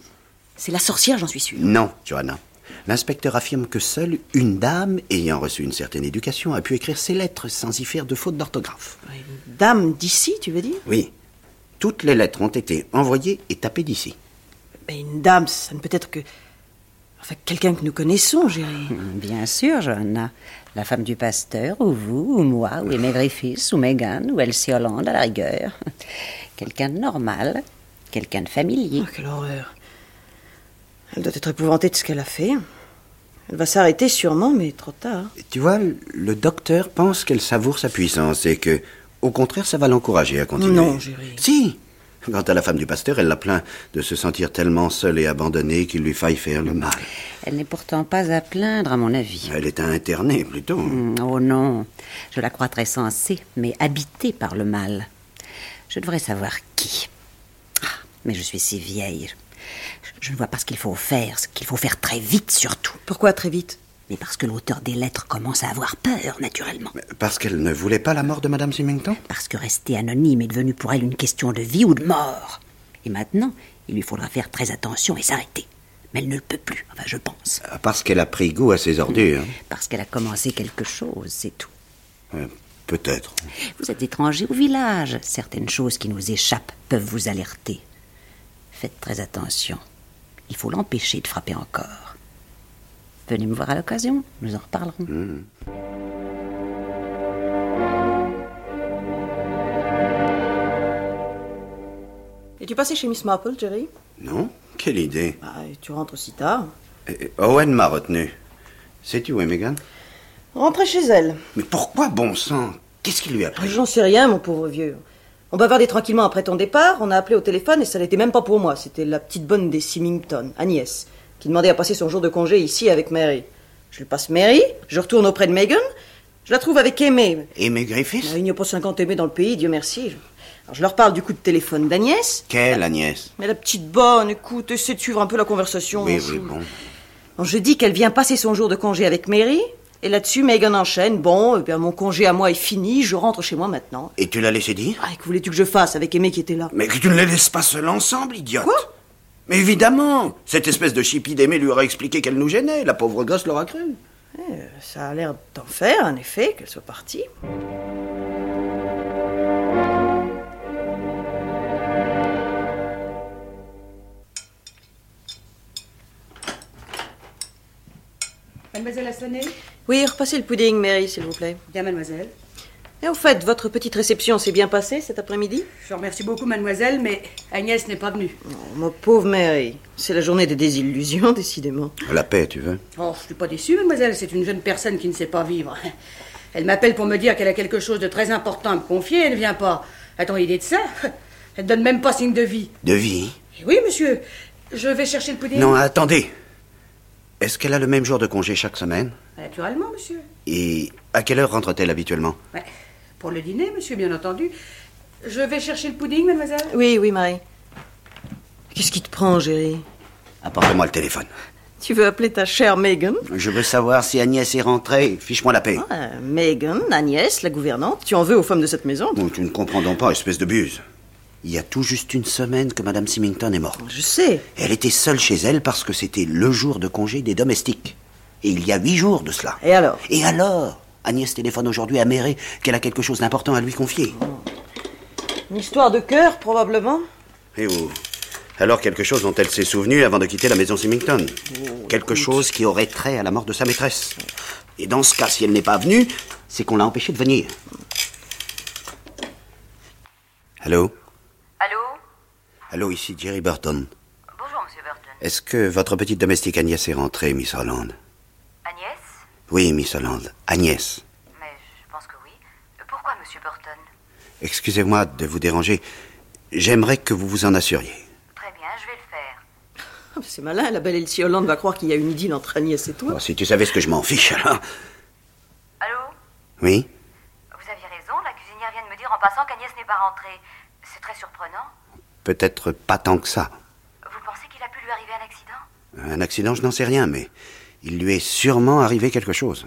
C'est la sorcière, j'en suis sûre. Non, Johanna. L'inspecteur affirme que seule une dame, ayant reçu une certaine éducation, a pu écrire ces lettres sans y faire de faute d'orthographe. Dame d'ici, tu veux dire Oui. Toutes les lettres ont été envoyées et tapées d'ici. Mais une dame, ça ne peut être que. Enfin, quelqu'un que nous connaissons, Géry. Mmh, Bien sûr, Johanna. La femme du pasteur, ou vous, ou moi, ou Aimé Griffiths, ou Megan, ou Elsie Holland à la rigueur. Quelqu'un de normal, quelqu'un de familier. Oh, quelle horreur. Elle doit être épouvantée de ce qu'elle a fait. Elle va s'arrêter sûrement, mais trop tard. Tu vois, le docteur pense qu'elle savoure sa puissance et que, au contraire, ça va l'encourager à continuer. Non, Géry. Si Quant à la femme du pasteur, elle la plaint de se sentir tellement seule et abandonnée qu'il lui faille faire le mal. Elle n'est pourtant pas à plaindre, à mon avis. Elle est à interner, plutôt. Hmm, Oh non, je la crois très sensée, mais habitée par le mal. Je devrais savoir qui. Ah, mais je suis si vieille. Je- Je ne vois pas ce qu'il faut faire, ce qu'il faut faire très vite surtout. Pourquoi très vite Mais parce que l'auteur des lettres commence à avoir peur, naturellement. Parce qu'elle ne voulait pas la mort de Madame Symington Parce que rester anonyme est devenu pour elle une question de vie ou de mort. Et maintenant, il lui faudra faire très attention et s'arrêter. Mais elle ne le peut plus, enfin je pense. Ah, Parce qu'elle a pris goût à ses ordures. Parce qu'elle a commencé quelque chose, c'est tout. Euh, Peut-être. Vous êtes étranger au village. Certaines choses qui nous échappent peuvent vous alerter. Faites très attention. Il faut l'empêcher de frapper encore. Venez me voir à l'occasion, nous en reparlerons. Hmm. Es-tu passé chez Miss Marple, Jerry Non Quelle idée. Ah, et tu rentres si tard. Euh, Owen m'a retenu. Sais-tu où est Megan Rentrer chez elle. Mais pourquoi, bon sang Qu'est-ce qu'il lui a pris J'en sais rien, mon pauvre vieux. On bavardait tranquillement après ton départ, on a appelé au téléphone et ça n'était même pas pour moi, c'était la petite bonne des Symington, Agnès, qui demandait à passer son jour de congé ici avec Mary. Je lui passe Mary, je retourne auprès de Megan, je la trouve avec Aimé. Aimé Griffiths Il n'y a pas 50 Aimé dans le pays, Dieu merci. Je- Alors je leur parle du coup de téléphone d'Agnès, Quelle Agnès mais la petite bonne, écoute, essaie de suivre un peu la conversation. Oui, on oui, s'ouvre. bon. Alors, je dis qu'elle vient passer son jour de congé avec Mary, et là-dessus Megan enchaîne, bon, eh bien, mon congé à moi est fini, je rentre chez moi maintenant. Et tu l'as laissé dire Ah, et que voulais-tu que je fasse avec Aimé qui était là Mais que tu ne les laisses pas seuls ensemble, idiote Quoi Mais évidemment Cette espèce de chipie d'Aimé lui aura expliqué qu'elle nous gênait. La pauvre gosse l'aura cru. Eh, Ça a l'air d'en faire, en effet, qu'elle soit partie. Mademoiselle a sonné Oui, repassez le pudding, Mary, s'il vous plaît. Bien, mademoiselle. Et au fait, votre petite réception s'est bien passée cet après-midi Je remercie beaucoup, mademoiselle, mais Agnès n'est pas venue. Oh, ma pauvre Mary, c'est la journée des désillusions, Hein, décidément. La paix, tu veux Oh, je suis pas déçue, mademoiselle, c'est une jeune personne qui ne sait pas vivre. Elle m'appelle pour me dire qu'elle a quelque chose de très important à me confier, elle ne vient pas. Attends, il est de ça Elle donne même pas signe de vie. De vie Eh Oui, monsieur, je vais chercher le pudding. Non, attendez. Est-ce qu'elle a le même jour de congé chaque semaine Naturellement, monsieur. Et à quelle heure rentre-t-elle habituellement Ouais, Pour le dîner, monsieur, bien entendu. Je vais chercher le pudding, mademoiselle Oui, oui, Mary. Qu'est-ce qui te prend, Géry Apporte-moi le téléphone. Tu veux appeler ta chère Megan Je veux savoir si Agnès est rentrée. Fiche-moi la paix. Ah, Megan, Agnès, la gouvernante, tu en veux aux femmes de cette maison Bon, tu ne comprends donc pas, espèce de buse. Il y a tout juste une semaine que Madame Symington est morte. Je sais. Elle était seule chez elle parce que c'était le jour de congé des domestiques. Et il y a huit jours de cela. Et alors Et alors Agnès téléphone aujourd'hui à Méré qu'elle a quelque chose d'important à lui confier. Oh. Une histoire de cœur, probablement Et où Eh oh. Alors quelque chose dont elle s'est souvenue avant de quitter la maison Symington. Oh, quelque chose qui aurait trait à la mort de sa maîtresse. Et dans ce cas, si elle n'est pas venue, c'est qu'on l'a empêchée de venir. Allô Allô Allô, ici Jerry Burton. Bonjour, monsieur Burton. Est-ce que votre petite domestique Agnès est rentrée, Miss Holland Agnès Oui, Miss Holland. Agnès. Mais je pense que oui. Pourquoi, monsieur Burton Excusez-moi de vous déranger. J'aimerais que vous vous en assuriez. Très bien, je vais le faire. Ah, C'est malin, la belle Elsie Hollande va croire qu'il y a une idylle entre Agnès et toi. Oh, si tu savais ce que je m'en fiche, alors. Allô Oui Vous aviez raison, la cuisinière vient de me dire en passant qu'Agnès n'est pas rentrée. C'est très surprenant. Peut-être pas tant que ça. Vous pensez qu'il a pu lui arriver un accident Un accident, je n'en sais rien, mais il lui est sûrement arrivé quelque chose.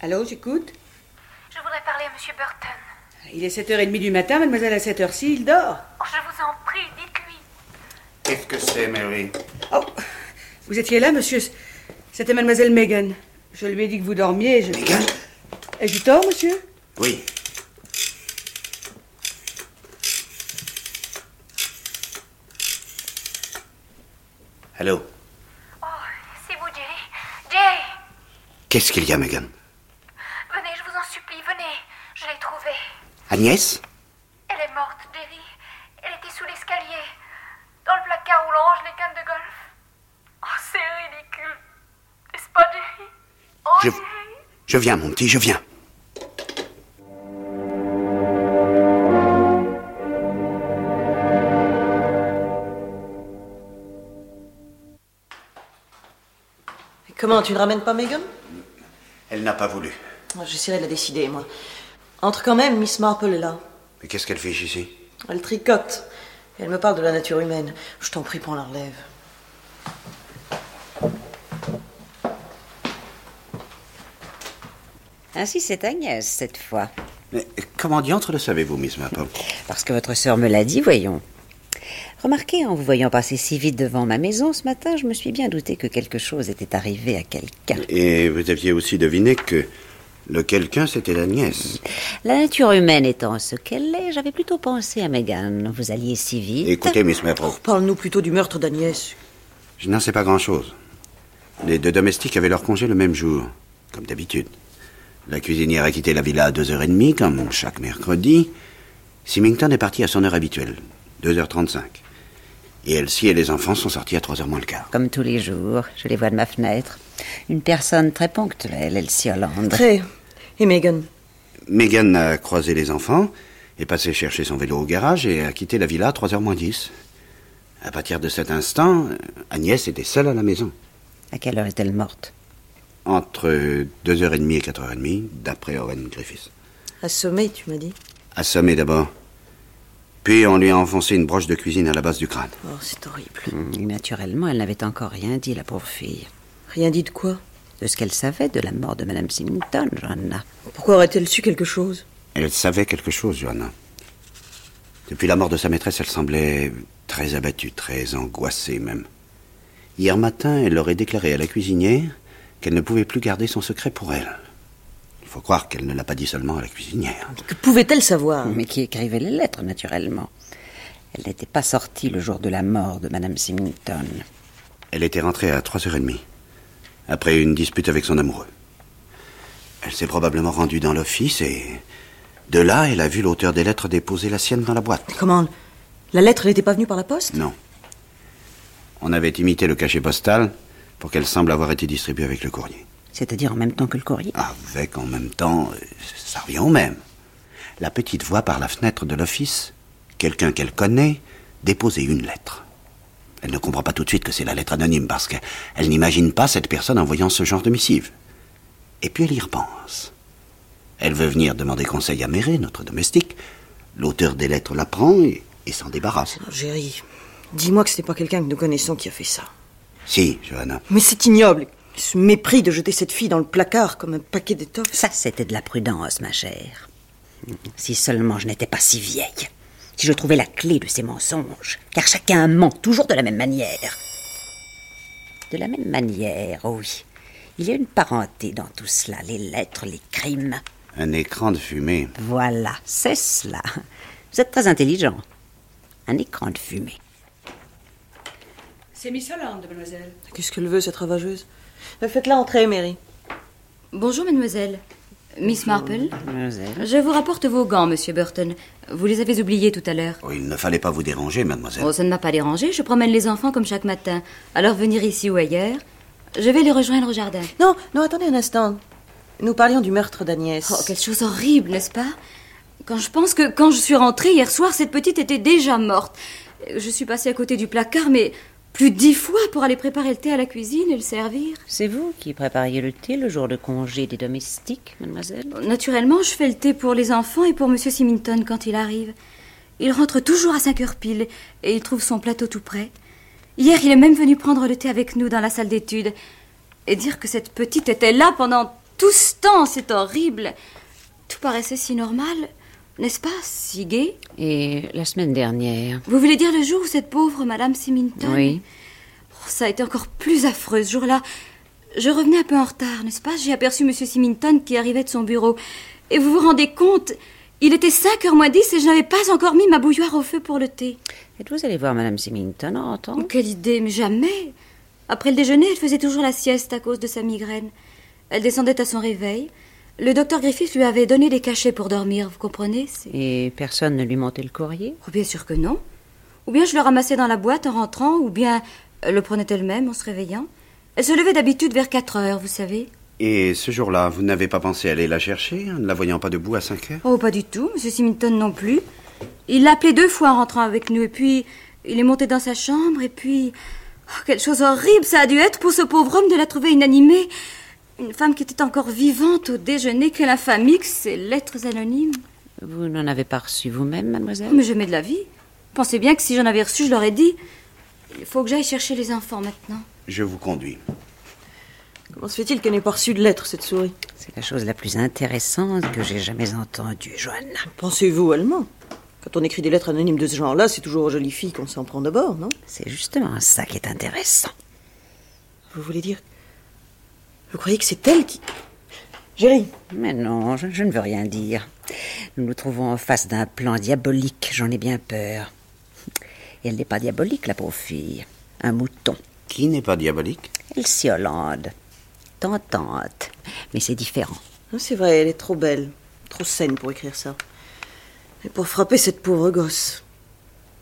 Allô, j'écoute Je voudrais parler à monsieur Burton. Il est 7h30 du matin, mademoiselle, à 7h6, il dort. Oh, je vous en prie, dites-lui. Qu'est-ce que c'est, Mary Vous étiez là, monsieur C'était mademoiselle Megan. Je lui ai dit que vous dormiez et je... Megan Ai-je eu tort, monsieur Oui. Allô Oh, C'est vous, Jerry Jerry Qu'est-ce qu'il y a, Megan Venez, je vous en supplie, venez. Je l'ai trouvée. Agnès Elle est morte, Derry. Elle était sous l'escalier, dans le placard où l'on range les cannes de golf. Oh, c'est ridicule. N'est-ce pas, Derry Oh, Je- Derry. Je viens, mon petit, je viens. Comment, tu ne ramènes pas Megan Elle n'a pas voulu. J'essaierai de la décider, moi. Entre quand même, Miss Marple est là. Mais qu'est-ce qu'elle fait ici Elle tricote. Elle me parle de la nature humaine. Je t'en prie, prends la relève. Ainsi, c'est Agnès cette fois. Mais comment diantre le savez-vous, Miss Maple Parce que votre sœur me l'a dit, voyons. Remarquez, en vous voyant passer si vite devant ma maison ce matin, je me suis bien douté que quelque chose était arrivé à quelqu'un. Et vous aviez aussi deviné que le quelqu'un, c'était la nièce. La nature humaine étant ce qu'elle est, j'avais plutôt pensé à Megan. Vous alliez si vite. Écoutez, Miss Maple, Parle-nous plutôt du meurtre d'Agnès. je n'en sais pas grand-chose. Les deux domestiques avaient leur congé le même jour, comme d'habitude. La cuisinière a quitté la villa à 2h30, comme chaque mercredi. Symington est parti à son heure habituelle, 2h35. Et Elsie et les enfants sont sortis à 3h moins le quart. Comme tous les jours, je les vois de ma fenêtre. Une personne très ponctuelle, Elsie Hollande. Très. Et Megan Megan a croisé les enfants, est passée chercher son vélo au garage et a quitté la villa à 3h moins 10. À partir de cet instant, Agnès était seule à la maison. À quelle heure est-elle morte Entre 2h30 et 4h30, d'après Owen Griffiths. Assommée, tu m'as dit. Assommé d'abord. Puis on lui a enfoncé une broche de cuisine à la base du crâne. Oh, c'est horrible. Hmm, Et naturellement, elle n'avait encore rien dit, la pauvre fille. Rien dit de quoi De ce qu'elle savait de la mort de Madame Symington, Joanna. Pourquoi aurait-elle su quelque chose Elle savait quelque chose, Johanna. Depuis la mort de sa maîtresse, elle semblait très abattue, très angoissée même. Hier matin, elle aurait déclaré à la cuisinière qu'elle ne pouvait plus garder son secret pour elle. Il faut croire qu'elle ne l'a pas dit seulement à la cuisinière. Que pouvait-elle savoir Mais qui écrivait les lettres, naturellement. Elle n'était pas sortie le jour de la mort de Madame Symington. Elle était rentrée à 3h30, après une dispute avec son amoureux. Elle s'est probablement rendue dans l'office et de là, elle a vu l'auteur des lettres déposer la sienne dans la boîte. Comment La lettre n'était pas venue par la poste Non. On avait imité le cachet postal pour qu'elle semble avoir été distribuée avec le courrier. C'est-à-dire en même temps que le courrier Ah Avec en même temps, euh, ça revient au même. La petite voit par la fenêtre de l'office quelqu'un qu'elle connaît déposer une lettre. Elle ne comprend pas tout de suite que c'est la lettre anonyme parce qu'elle elle n'imagine pas cette personne en voyant ce genre de missive. Et puis elle y repense. Elle veut venir demander conseil à Méré, notre domestique. L'auteur des lettres la prend et, et s'en débarrasse. Géry, dis-moi que ce n'est pas quelqu'un que nous connaissons qui a fait ça. Si, Johanna. Mais c'est ignoble. Ce mépris de jeter cette fille dans le placard comme un paquet d'étoffes. Ça, c'était de la prudence, ma chère. Si seulement je n'étais pas si vieille. Si je trouvais la clé de ces mensonges. Car chacun ment toujours de la même manière. De la même manière, oh oui. Il y a une parenté dans tout cela. Les lettres, les crimes. Un écran de fumée. Voilà, c'est cela. Vous êtes très intelligent. Un écran de fumée. C'est Miss Hollande, mademoiselle. Qu'est-ce qu'elle veut, cette ravageuse Faites-la entrer, Mary. Bonjour, mademoiselle. Miss Marple Je vous rapporte vos gants, monsieur Burton. Vous les avez oubliés tout à l'heure. Oh, Il ne fallait pas vous déranger, mademoiselle. Oh, ça ne m'a pas dérangé. Je promène les enfants comme chaque matin. Alors, venir ici ou ailleurs, je vais les rejoindre au jardin. Non, non, attendez un instant. Nous parlions du meurtre d'Agnès. Oh, quelle chose horrible, n'est-ce pas Quand je pense que quand je suis rentrée hier soir, cette petite était déjà morte. Je suis passée à côté du placard, mais plus de dix fois pour aller préparer le thé à la cuisine et le servir. C'est vous qui prépariez le thé le jour de congé des domestiques, mademoiselle Naturellement, je fais le thé pour les enfants et pour Monsieur Symington quand il arrive. Il rentre toujours à 5 heures pile et il trouve son plateau tout prêt. Hier, il est même venu prendre le thé avec nous dans la salle d'études. Et dire que cette petite était là pendant tout ce temps, c'est horrible. Tout paraissait si normal, n'est-ce pas, si gai Et la semaine dernière Vous voulez dire le jour où cette pauvre Madame Symington Oui. Oh, ça a été encore plus affreux ce jour-là. Je revenais un peu en retard, n'est-ce pas J'ai aperçu M. Symington qui arrivait de son bureau. Et vous vous rendez compte Il était 5h moins 10 et je n'avais pas encore mis ma bouilloire au feu pour le thé. Êtes-vous allée voir Madame Symington en rentrant Oh, quelle idée, mais jamais Après le déjeuner, elle faisait toujours la sieste à cause de sa migraine. Elle descendait à son réveil. Le docteur Griffith lui avait donné des cachets pour dormir, vous comprenez c'est- Et personne ne lui montait le courrier Oh, bien sûr que non. Ou bien je le ramassais dans la boîte en rentrant, ou bien elle le prenait elle-même en se réveillant. Elle se levait d'habitude vers 4 heures, vous savez. Et ce jour-là, vous n'avez pas pensé aller la chercher, en ne la voyant pas debout à 5 heures Oh, pas du tout, Monsieur Simington non plus. Il l'a appelé deux fois en rentrant avec nous, et puis il est monté dans sa chambre, et puis. Oh, quelle chose horrible ça a dû être pour ce pauvre homme de la trouver inanimée. Une femme qui était encore vivante au déjeuner, quelle infamie que ces lettres anonymes. Oh, Vous n'en avez pas reçu vous-même, mademoiselle Mais je mets de la vie. Pensez bien que si j'en avais reçu, je l'aurais dit. Il faut que j'aille chercher les enfants maintenant. Je vous conduis. Comment se fait-il qu'elle n'ait pas reçu de lettre, cette souris C'est la chose la plus intéressante que j'ai jamais entendue, Johanna. Pensez-vous, allemand Quand on écrit des lettres anonymes de ce genre-là, c'est toujours aux jolies filles qu'on s'en prend d'abord, non C'est justement ça qui est intéressant. Vous voulez dire Vous croyez que c'est elle qui. Jerry Mais non, je, je ne veux rien dire. Nous nous trouvons en face d'un plan diabolique, j'en ai bien peur. Et elle n'est pas diabolique, la pauvre fille. Un mouton. Qui n'est pas diabolique Elsie Hollande. Tentante. Mais c'est différent. Non, C'est vrai, elle est trop belle, trop saine pour écrire ça. Et pour frapper cette pauvre gosse.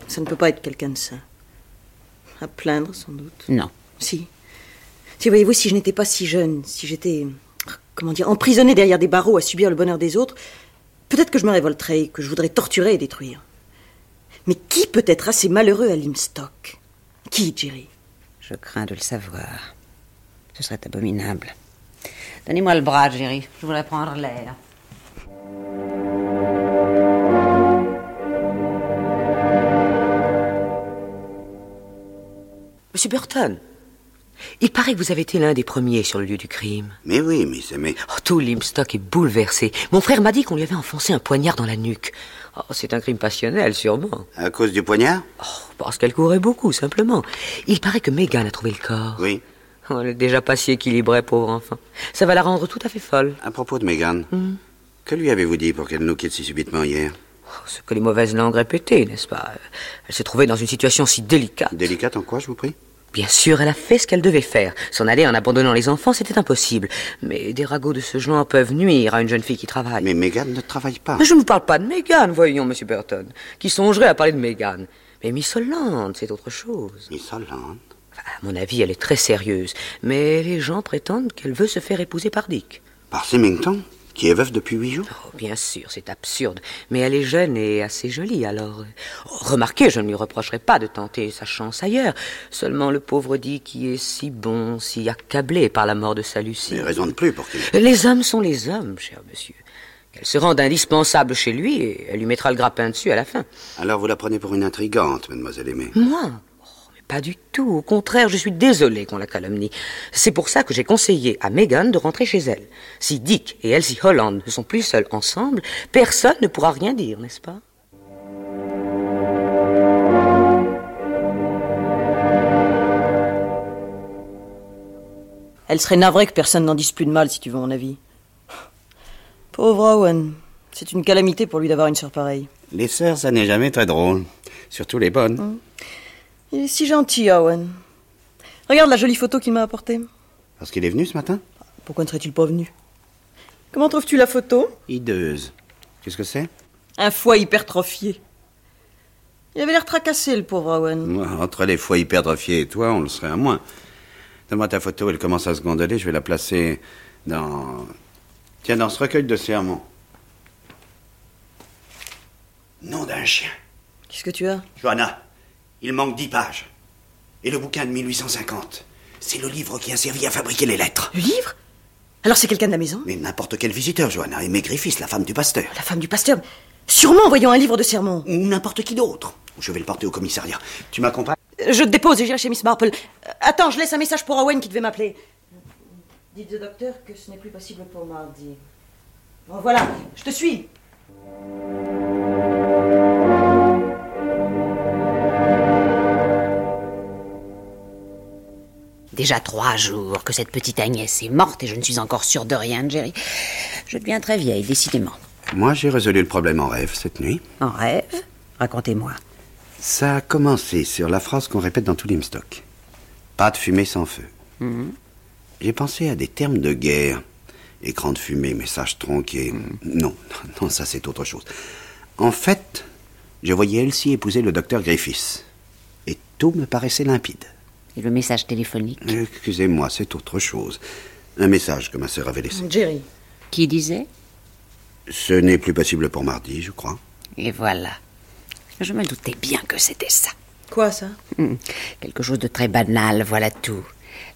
Ça ne peut pas être quelqu'un de sain. À plaindre, sans doute. Non. Si. Si, voyez-vous, si je n'étais pas si jeune, si j'étais, comment dire, emprisonnée derrière des barreaux à subir le bonheur des autres, peut-être que je me révolterais, que je voudrais torturer et détruire. Mais qui peut être assez malheureux à Limstock Qui, Jerry Je crains de le savoir. Ce serait abominable. Donnez-moi le bras, Jerry. Je voudrais prendre l'air. Monsieur Burton, il paraît que vous avez été l'un des premiers sur le lieu du crime. Mais oui, mais c'est mais... Oh, tout Limstock est bouleversé. Mon frère m'a dit qu'on lui avait enfoncé un poignard dans la nuque. Oh, c'est un crime passionnel, sûrement. À cause du poignard Parce qu'elle courait beaucoup, simplement. Il paraît que Megan a trouvé le corps. Oui. Oh, elle est déjà pas si équilibrée, pauvre enfant. Ça va la rendre tout à fait folle. À propos de Megan, Hmm. que lui avez-vous dit pour qu'elle nous quitte si subitement hier Oh, Ce que les mauvaises langues répétaient, n'est-ce pas Elle s'est trouvée dans une situation si délicate. Délicate en quoi, je vous prie Bien sûr, elle a fait ce qu'elle devait faire. S'en aller en abandonnant les enfants, c'était impossible. Mais des ragots de ce genre peuvent nuire à une jeune fille qui travaille. Mais Megan ne travaille pas. je ne vous parle pas de Megan, voyons, Monsieur Burton. Qui songerait à parler de Megan Mais Miss Hollande, c'est autre chose. Miss Hollande À mon avis, elle est très sérieuse. Mais les gens prétendent qu'elle veut se faire épouser par Dick. Par Simington, qui est veuve depuis huit jours Oh, bien sûr, c'est absurde. Mais elle est jeune et assez jolie, alors. euh, oh, Remarquez, je ne lui reprocherai pas de tenter sa chance ailleurs. Seulement le pauvre Dick qui est si bon, si accablé par la mort de sa Lucie. Euh, Mais raison de plus pour qu'il... Les hommes sont les hommes, cher monsieur. Qu'elle se rende indispensable chez lui et elle lui mettra le grappin dessus à la fin. Alors vous la prenez pour une intrigante, mademoiselle Aimée. Moi Oh, mais Pas du tout. Au contraire, je suis désolée qu'on la calomnie. C'est pour ça que j'ai conseillé à Megan de rentrer chez elle. Si Dick et Elsie Holland ne sont plus seuls ensemble, personne ne pourra rien dire, n'est-ce pas Elle serait navrée que personne n'en dise plus de mal, si tu veux mon avis. Pauvre Owen. C'est une calamité pour lui d'avoir une sœur pareille. Les sœurs, ça n'est jamais très drôle. Surtout les bonnes. Hmm. Il est si gentil, Owen. Regarde la jolie photo qu'il m'a apportée. Parce qu'il est venu ce matin Pourquoi ne serait-il pas venu Comment trouves-tu la photo Hideuse. Qu'est-ce que c'est Un foie hypertrophié. Il avait l'air tracassé, le pauvre Owen. Moi, Entre les fois hypertrophiés et toi, on le serait à moins. Donne-moi ta photo, elle commence à se gondoler, je vais la placer dans... Tiens, dans ce recueil de serments. Nom d'un chien. Qu'est-ce que tu as Johanna, il manque dix pages. Et le bouquin de 1850. C'est le livre qui a servi à fabriquer les lettres. Le livre Alors c'est quelqu'un de la maison Mais n'importe quel visiteur, Johanna. Aimé Griffiths, la femme du pasteur. La femme du pasteur Sûrement en voyant un livre de sermon. Ou n'importe qui d'autre. Je vais le porter au commissariat. Tu m'accompagnes Je te dépose et j'irai chez Miss Marple. Euh, attends, je laisse un message pour Owen qui devait m'appeler. Dites au docteur que ce n'est plus possible pour mardi. Bon, voilà, je te suis. Déjà trois jours que cette petite Agnès est morte et je ne suis encore sûre de rien, Jerry. Je deviens très vieille, décidément. Moi, j'ai résolu le problème en rêve cette nuit. En rêve Racontez-moi. Ça a commencé sur la phrase qu'on répète dans tout Limstock. Pas de fumée sans feu. Mhm. J'ai pensé à des termes de guerre. écran de fumée, message tronqué. Mm. Non, non, ça c'est autre chose. En fait, je voyais Elsie épouser le docteur Griffiths. Et tout me paraissait limpide. Et le message téléphonique Excusez-moi, c'est autre chose. Un message que ma sœur avait laissé. Jerry. Qui disait Ce n'est plus possible pour mardi, je crois. Et voilà. Je me doutais bien que c'était ça. Quoi ça Hmm, Quelque chose de très banal, voilà tout.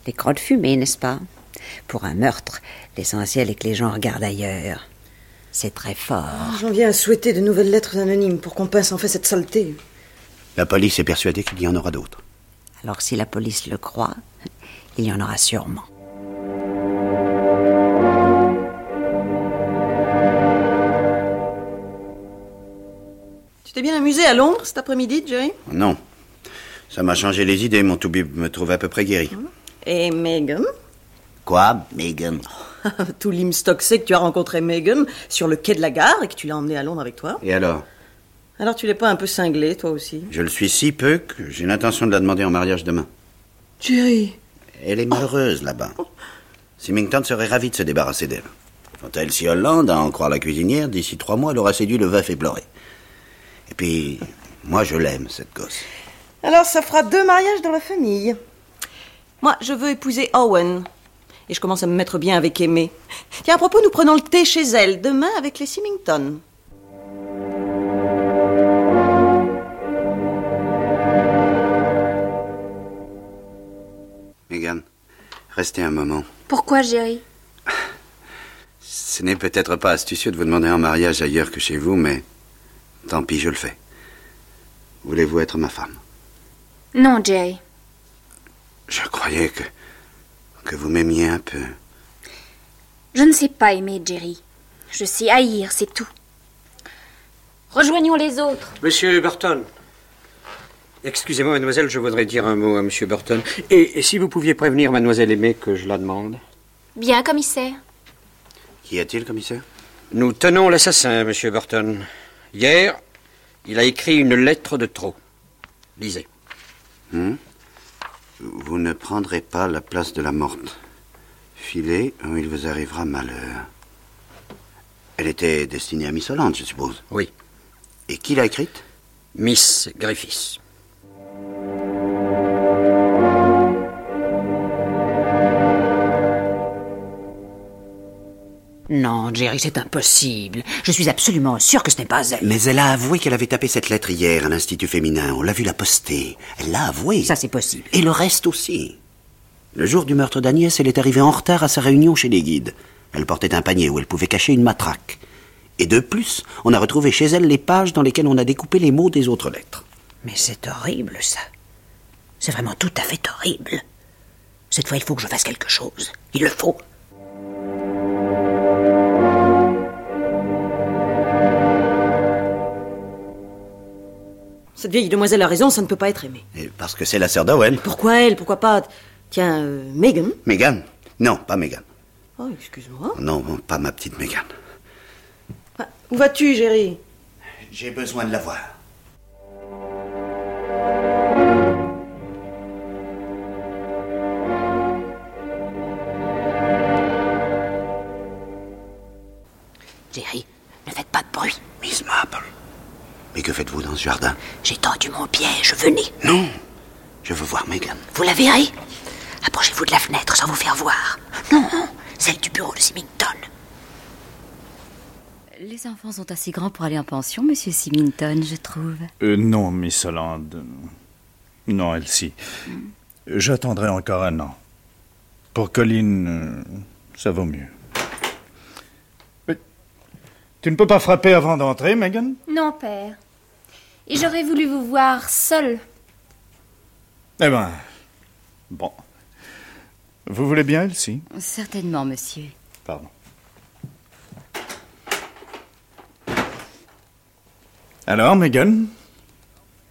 L'écran de fumée, n'est-ce pas Pour un meurtre, l'essentiel est que les gens regardent ailleurs. C'est très fort. J'en viens à souhaiter de nouvelles lettres anonymes pour qu'on passe enfin cette saleté. La police est persuadée qu'il y en aura d'autres. Alors si la police le croit, il y en aura sûrement. Tu t'es bien amusé à Londres cet après-midi, Jerry Non. Ça m'a changé les idées, mon toubib me trouve à peu près guéri. Et Megan Quoi, Megan Tout Limstock sait que tu as rencontré Megan sur le quai de la gare et que tu l'as emmenée à Londres avec toi. Et alors Alors tu l'es pas un peu cinglé, toi aussi Je le suis si peu que j'ai l'intention de la demander en mariage demain. Jerry Elle est malheureuse là-bas. Symington serait ravi de se débarrasser d'elle. Quant à Elsie Holland, à en croire la cuisinière, d'ici trois mois, elle aura séduit le veuf et pleuré. Et puis, moi, je l'aime, cette gosse. Alors ça fera deux mariages dans la famille. Moi, je veux épouser Owen. Et je commence à me mettre bien avec Aimée. Tiens, à propos, nous prenons le thé chez elle, demain avec les Symington. Megan, restez un moment. Pourquoi, Jerry Ce n'est peut-être pas astucieux de vous demander en mariage ailleurs que chez vous, mais tant pis, je le fais. Voulez-vous être ma femme Non, Jerry. Je croyais que. que vous m'aimiez un peu. Je ne sais pas aimer, Jerry. Je sais haïr, c'est tout. Rejoignons les autres. Monsieur Burton. Excusez-moi, mademoiselle, je voudrais dire un mot à monsieur Burton. Et, et si vous pouviez prévenir mademoiselle Aimée que je la demande Bien, commissaire. Qu'y a-t-il, commissaire Nous tenons l'assassin, monsieur Burton. Hier, il a écrit une lettre de trop. Lisez. Hmm vous ne prendrez pas la place de la morte. Filez ou il vous arrivera malheur. Elle était destinée à Miss Hollande, je suppose. Oui. Et qui l'a écrite Miss Griffiths. Non, Jerry, c'est impossible. Je suis absolument sûre que ce n'est pas elle. Mais elle a avoué qu'elle avait tapé cette lettre hier à l'Institut féminin. On l'a vu la poster. Elle l'a avoué. Ça, c'est possible. Et le reste aussi. Le jour du meurtre d'Agnès, elle est arrivée en retard à sa réunion chez les guides. Elle portait un panier où elle pouvait cacher une matraque. Et de plus, on a retrouvé chez elle les pages dans lesquelles on a découpé les mots des autres lettres. Mais c'est horrible, ça. C'est vraiment tout à fait horrible. Cette fois, il faut que je fasse quelque chose. Il le faut. Cette vieille demoiselle a raison, ça ne peut pas être aimé. Et parce que c'est la sœur d'Owen. Pourquoi elle Pourquoi pas Tiens, euh, Megan Megan Non, pas Megan. Oh, excuse-moi. Non, pas ma petite Megan. Où vas-tu, Jerry J'ai besoin de la voir. Jerry, ne faites pas de bruit. Miss Marple. Mais que faites-vous dans ce jardin J'ai tendu mon piège, venez. Non, je veux voir Megan. Vous la verrez. Approchez-vous de la fenêtre sans vous faire voir. Non, celle du bureau de Symington. Les enfants sont assez grands pour aller en pension, monsieur Symington, je trouve. Euh, non, Miss Hollande. Non, Elsie. J'attendrai encore un an. Pour Colline, euh, ça vaut mieux. Mais Tu ne peux pas frapper avant d'entrer, Megan Non, père. Et j'aurais voulu vous voir seul. Eh ben. Bon. Vous voulez bien, Elsie Certainement, monsieur. Pardon. Alors, Megan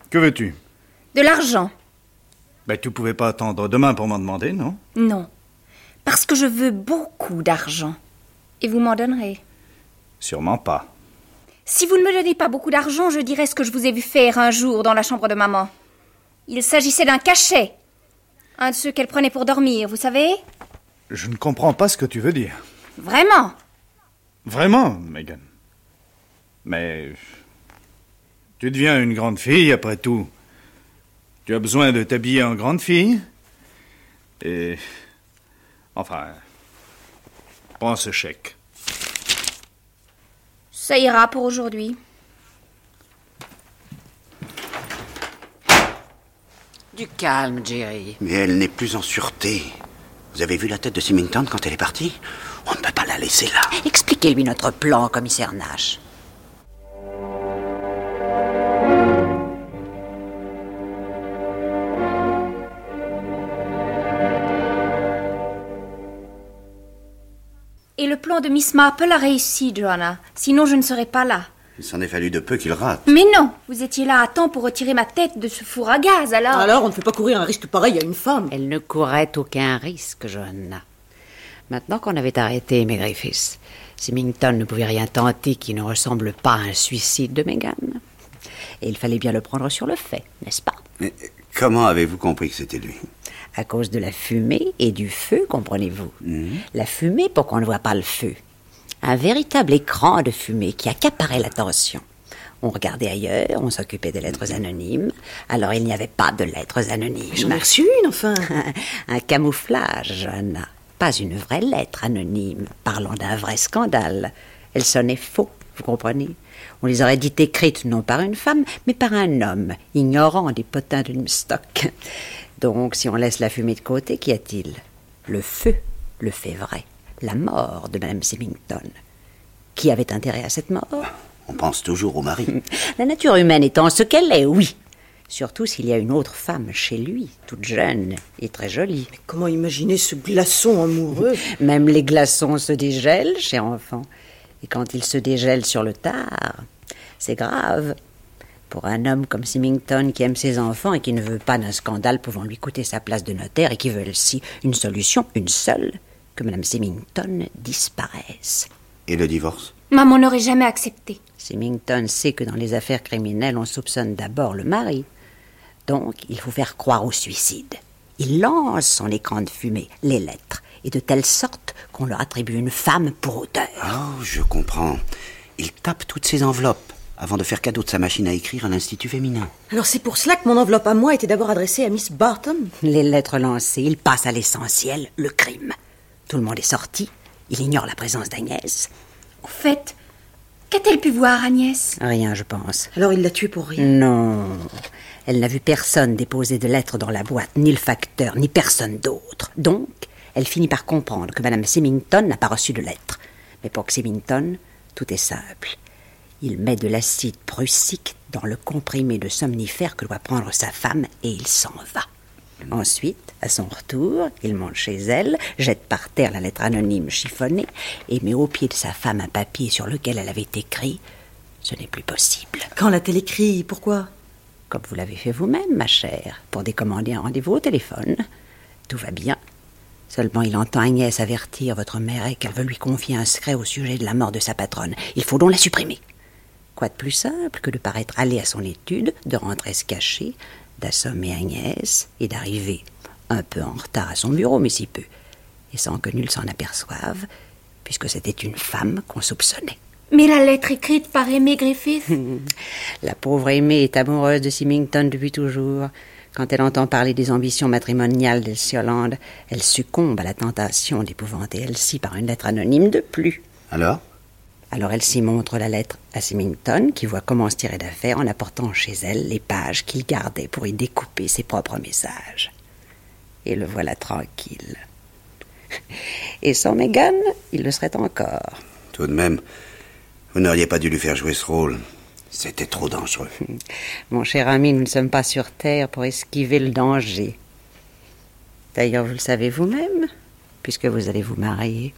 Que veux-tu De l'argent. Ben, tu pouvais pas attendre demain pour m'en demander, non Non. Parce que je veux beaucoup d'argent. Et vous m'en donnerez. Sûrement pas. Si vous ne me donnez pas beaucoup d'argent, je dirai ce que je vous ai vu faire un jour dans la chambre de maman. Il s'agissait d'un cachet. Un de ceux qu'elle prenait pour dormir, vous savez Je ne comprends pas ce que tu veux dire. Vraiment Vraiment, Megan. Mais. Tu deviens une grande fille après tout. Tu as besoin de t'habiller en grande fille. Et. Enfin. Prends ce chèque. Ça ira pour aujourd'hui. Du calme, Jerry. Mais elle n'est plus en sûreté. Vous avez vu la tête de Symington quand elle est partie On ne peut pas la laisser là. Expliquez-lui notre plan, commissaire Nash. Et le plan de Miss Marple a réussi, Joanna. Sinon, je ne serais pas là. Il s'en est fallu de peu qu'il rate. Mais non, vous étiez là à temps pour retirer ma tête de ce four à gaz, alors. Alors, on ne fait pas courir un risque pareil à une femme. Elle ne courait aucun risque, Johanna. Maintenant qu'on avait arrêté mes Griffiths, Symington ne pouvait rien tenter qui ne ressemble pas à un suicide de Megan. Et il fallait bien le prendre sur le fait, n'est-ce pas Mais comment avez-vous compris que c'était lui À cause de la fumée et du feu, comprenez-vous. La fumée pour qu'on ne voit pas le feu. Un véritable écran de fumée qui accaparait l'attention. On regardait ailleurs, on s'occupait des lettres anonymes, alors il n'y avait pas de lettres anonymes. Mhm. J'en ai reçu une, enfin. Un camouflage, Johanna. Pas une vraie lettre anonyme, parlant d'un vrai scandale. Elle sonnait faux, vous comprenez On les aurait dites écrites non par une femme, mais par un homme, ignorant des potins de Limestock. Donc, si on laisse la fumée de côté, qu'y a-t-il Le feu, le fait vrai. La mort de Madame Symington. Qui avait intérêt à cette mort On pense toujours au mari. La nature humaine étant ce qu'elle est, oui. Surtout s'il y a une autre femme chez lui, toute jeune et très jolie. Comment imaginer ce glaçon amoureux Même les glaçons se dégèlent, cher enfant. Et quand ils se dégèlent sur le tard, c'est grave. Pour un homme comme Symington qui aime ses enfants et qui ne veut pas d'un scandale pouvant lui coûter sa place de notaire et qui veut aussi une solution, une seule, que Madame Symington disparaisse. Et le divorce Maman n'aurait jamais accepté. Symington sait que dans les affaires criminelles, on soupçonne d'abord le mari. Donc, il faut faire croire au suicide. Il lance son écran de fumée, les lettres, et de telle sorte qu'on leur attribue une femme pour auteur. Oh, je comprends. Il tape toutes ses enveloppes avant de faire cadeau de sa machine à écrire à l'Institut féminin. Alors, c'est pour cela que mon enveloppe à moi était d'abord adressée à Miss Barton. Les lettres lancées, il passe à l'essentiel, le crime. Tout le monde est sorti, il ignore la présence d'Agnès. Au fait, qu'a-t-elle pu voir, Agnès Rien, je pense. Alors, il l'a tuée pour rien. Non. Elle n'a vu personne déposer de lettres dans la boîte, ni le facteur, ni personne d'autre. Donc, elle finit par comprendre que Madame Symington n'a pas reçu de lettres. Mais pour Symington, tout est simple. Il met de l'acide prussique dans le comprimé de somnifère que doit prendre sa femme et il s'en va. Ensuite, à son retour, il monte chez elle, jette par terre la lettre anonyme chiffonnée et met au pied de sa femme un papier sur lequel elle avait écrit Ce n'est plus possible. Quand l'a-t-elle écrit Pourquoi Comme vous l'avez fait vous-même, ma chère, pour décommander un rendez-vous au téléphone. Tout va bien. Seulement, il entend Agnès avertir votre mère et qu'elle veut lui confier un secret au sujet de la mort de sa patronne. Il faut donc la supprimer. Quoi de plus simple que de paraître aller à son étude, de rentrer se cacher, d'assommer Agnès et d'arriver un peu en retard à son bureau, mais si peu, et sans que nul s'en aperçoive, puisque c'était une femme qu'on soupçonnait. Mais la lettre écrite par Aimé Griffith La pauvre aimée est amoureuse de Symington depuis toujours. Quand elle entend parler des ambitions matrimoniales d'Elsie Holland, elle succombe à la tentation d'épouvanter Elsie par une lettre anonyme de plus. Alors Alors elle s'y montre la lettre à Symington, qui voit comment se tirer d'affaire en apportant chez elle les pages qu'il gardait pour y découper ses propres messages. Et le voilà tranquille. Et sans Megan, il le serait encore. Tout de même, vous n'auriez pas dû lui faire jouer ce rôle. C'était trop dangereux. Mon cher ami, nous ne sommes pas sur Terre pour esquiver le danger. D'ailleurs, vous le savez vous-même, puisque vous allez vous marier.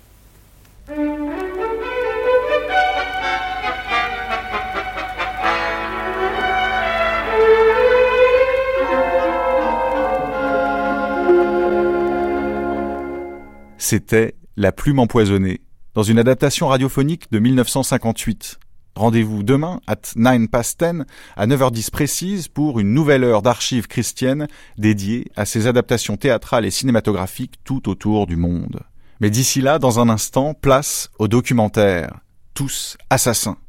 C'était La plume empoisonnée, dans une adaptation radiophonique de 1958. Rendez-vous demain, at 9 past 10, à 9h10 précise, pour une nouvelle heure d'archives christiennes dédiée à ces adaptations théâtrales et cinématographiques tout autour du monde. Mais d'ici là, dans un instant, place au documentaire. Tous assassins.